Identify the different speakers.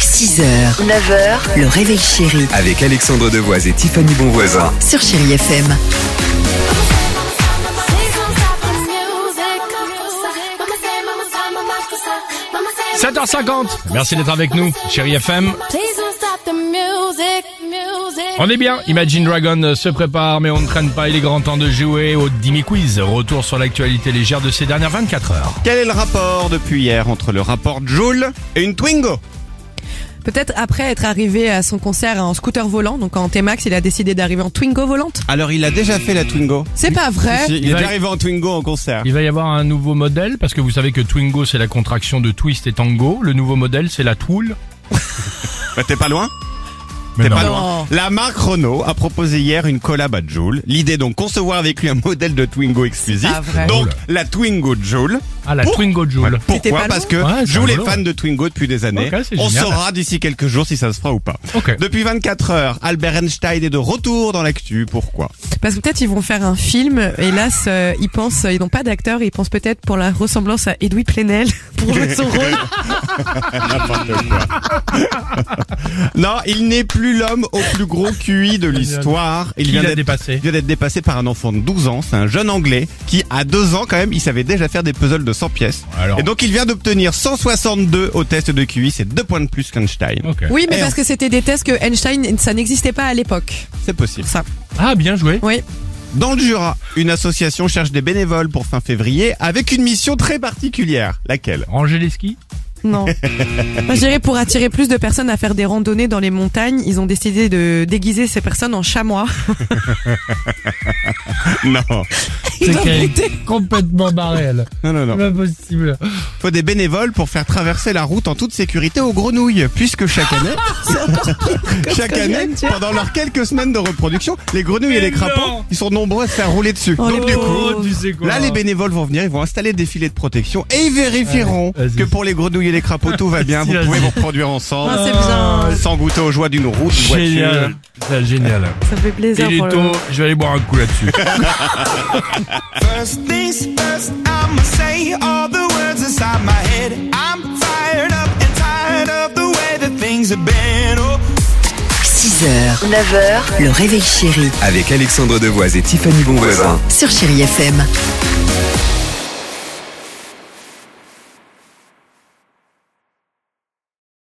Speaker 1: 6h, 9h, le réveil chéri
Speaker 2: Avec Alexandre Devoise et Tiffany Bonvoisin.
Speaker 1: sur Chéri FM.
Speaker 3: Please
Speaker 4: 7h50, merci d'être avec nous, chérie FM.
Speaker 3: don't stop the music, music.
Speaker 4: On est bien, Imagine Dragon se prépare, mais on ne traîne pas, il est grand temps de jouer au Dimi Quiz. Retour sur l'actualité légère de ces dernières 24 heures.
Speaker 5: Quel est le rapport depuis hier entre le rapport Joule et une Twingo
Speaker 6: Peut-être après être arrivé à son concert en scooter volant, donc en T-Max, il a décidé d'arriver en Twingo volante.
Speaker 5: Alors il a déjà fait la Twingo
Speaker 6: C'est pas vrai.
Speaker 5: Si, Il est
Speaker 4: va-
Speaker 5: déjà arrivé en Twingo en concert.
Speaker 4: Il va y avoir un nouveau modèle, parce que vous savez que Twingo c'est la contraction de Twist et Tango, le nouveau modèle c'est la Twoul.
Speaker 5: Bah, T'es pas loin
Speaker 4: Mais
Speaker 5: T'es
Speaker 4: non.
Speaker 5: pas
Speaker 6: Non.
Speaker 5: loin. La marque Renault a proposé hier une collab à Joule. L'idée donc concevoir avec lui un modèle de Twingo exclusif.
Speaker 6: pas vrai.
Speaker 5: Donc la Twingo Joule.
Speaker 4: Ah la
Speaker 5: Pour-
Speaker 4: Twingo Joule.
Speaker 6: T'étais pas
Speaker 5: Pourquoi
Speaker 6: loin
Speaker 5: Parce que
Speaker 4: Ouais, c'est
Speaker 5: Joule est
Speaker 4: rigolo,
Speaker 5: fan de Twingo depuis des années.
Speaker 4: Ok, c'est
Speaker 5: On
Speaker 4: génial.
Speaker 5: saura d'ici quelques jours si ça se fera ou pas.
Speaker 4: Ok.
Speaker 5: Depuis 24 heures, Albert Einstein est de retour dans l'actu. Pourquoi
Speaker 6: Parce que peut-être ils vont faire un film. Hélas, euh, ils pensent, ils n'ont pas d'acteur, ils pensent peut-être pour la ressemblance à Edoui Plenel pour jouer son rôle.
Speaker 5: Non, il n'est plus l'homme au plus gros QI de l'histoire.
Speaker 4: Qui l'a
Speaker 5: d'être-
Speaker 4: dépassé
Speaker 5: il vient d'être dépassé par un enfant de 12 ans. C'est un jeune anglais qui, à 2 ans quand même, il savait déjà faire des puzzles de 100 pièces.
Speaker 4: Alors.
Speaker 5: Et donc il vient d'obtenir 162 au test de QI. C'est 2 points de plus qu'Einstein.
Speaker 4: Ok.
Speaker 6: Oui, mais
Speaker 5: Et
Speaker 6: parce que c'était des tests que Einstein, ça n'existait pas à l'époque.
Speaker 5: C'est possible.
Speaker 6: Pour ça.
Speaker 4: Ah bien joué.
Speaker 6: Oui.
Speaker 5: Dans le Jura, une association cherche des bénévoles pour fin février avec une mission très particulière. Laquelle
Speaker 4: Ranger les skis.
Speaker 6: Non. Moi, je dirais pour attirer plus de personnes à faire des randonnées dans les montagnes, ils ont décidé de déguiser ces personnes en chamois.
Speaker 5: Non.
Speaker 6: Ils doivent
Speaker 4: qu'elle est
Speaker 6: lutter.
Speaker 4: complètement barré elle.
Speaker 5: Non, non, non.
Speaker 4: Pas possible.
Speaker 5: Faut des bénévoles pour faire traverser la route en toute sécurité aux grenouilles, puisque chaque année, chaque
Speaker 6: que je viens
Speaker 5: année,
Speaker 6: de dire.
Speaker 5: pendant leurs quelques semaines de reproduction, les grenouilles
Speaker 4: Mais
Speaker 5: et les crapauds,
Speaker 4: non.
Speaker 5: ils sont nombreux à se faire rouler dessus.
Speaker 6: Oh,
Speaker 5: Donc
Speaker 6: les
Speaker 5: du coup,
Speaker 6: pauvres.
Speaker 4: Oh, tu sais quoi
Speaker 5: là, les bénévoles vont venir, ils vont installer des filets de protection et ils vérifieront
Speaker 4: Ouais, vas-y.
Speaker 5: que pour les grenouilles et les crapauds, tout va bien.
Speaker 4: Vas-y,
Speaker 5: Vous
Speaker 4: vas-y.
Speaker 5: pouvez vous reproduire ensemble,
Speaker 6: Ah, c'est bien.
Speaker 5: sans goûter aux joies d'une route, d'une voiture.
Speaker 4: Génial. C'est génial.
Speaker 6: Ça fait plaisir
Speaker 4: Il
Speaker 6: pour
Speaker 4: est
Speaker 6: le.
Speaker 4: tôt, je vais aller boire un coup là-dessus.
Speaker 7: First things first, I'ma say all the words inside my head. I'm fired up and tired of the way that things have been. Oh.
Speaker 1: 6h, 9h, le réveil chéri
Speaker 2: Avec Alexandre Devoise et Tiffany Bonvoisin.
Speaker 1: sur Chéri FM.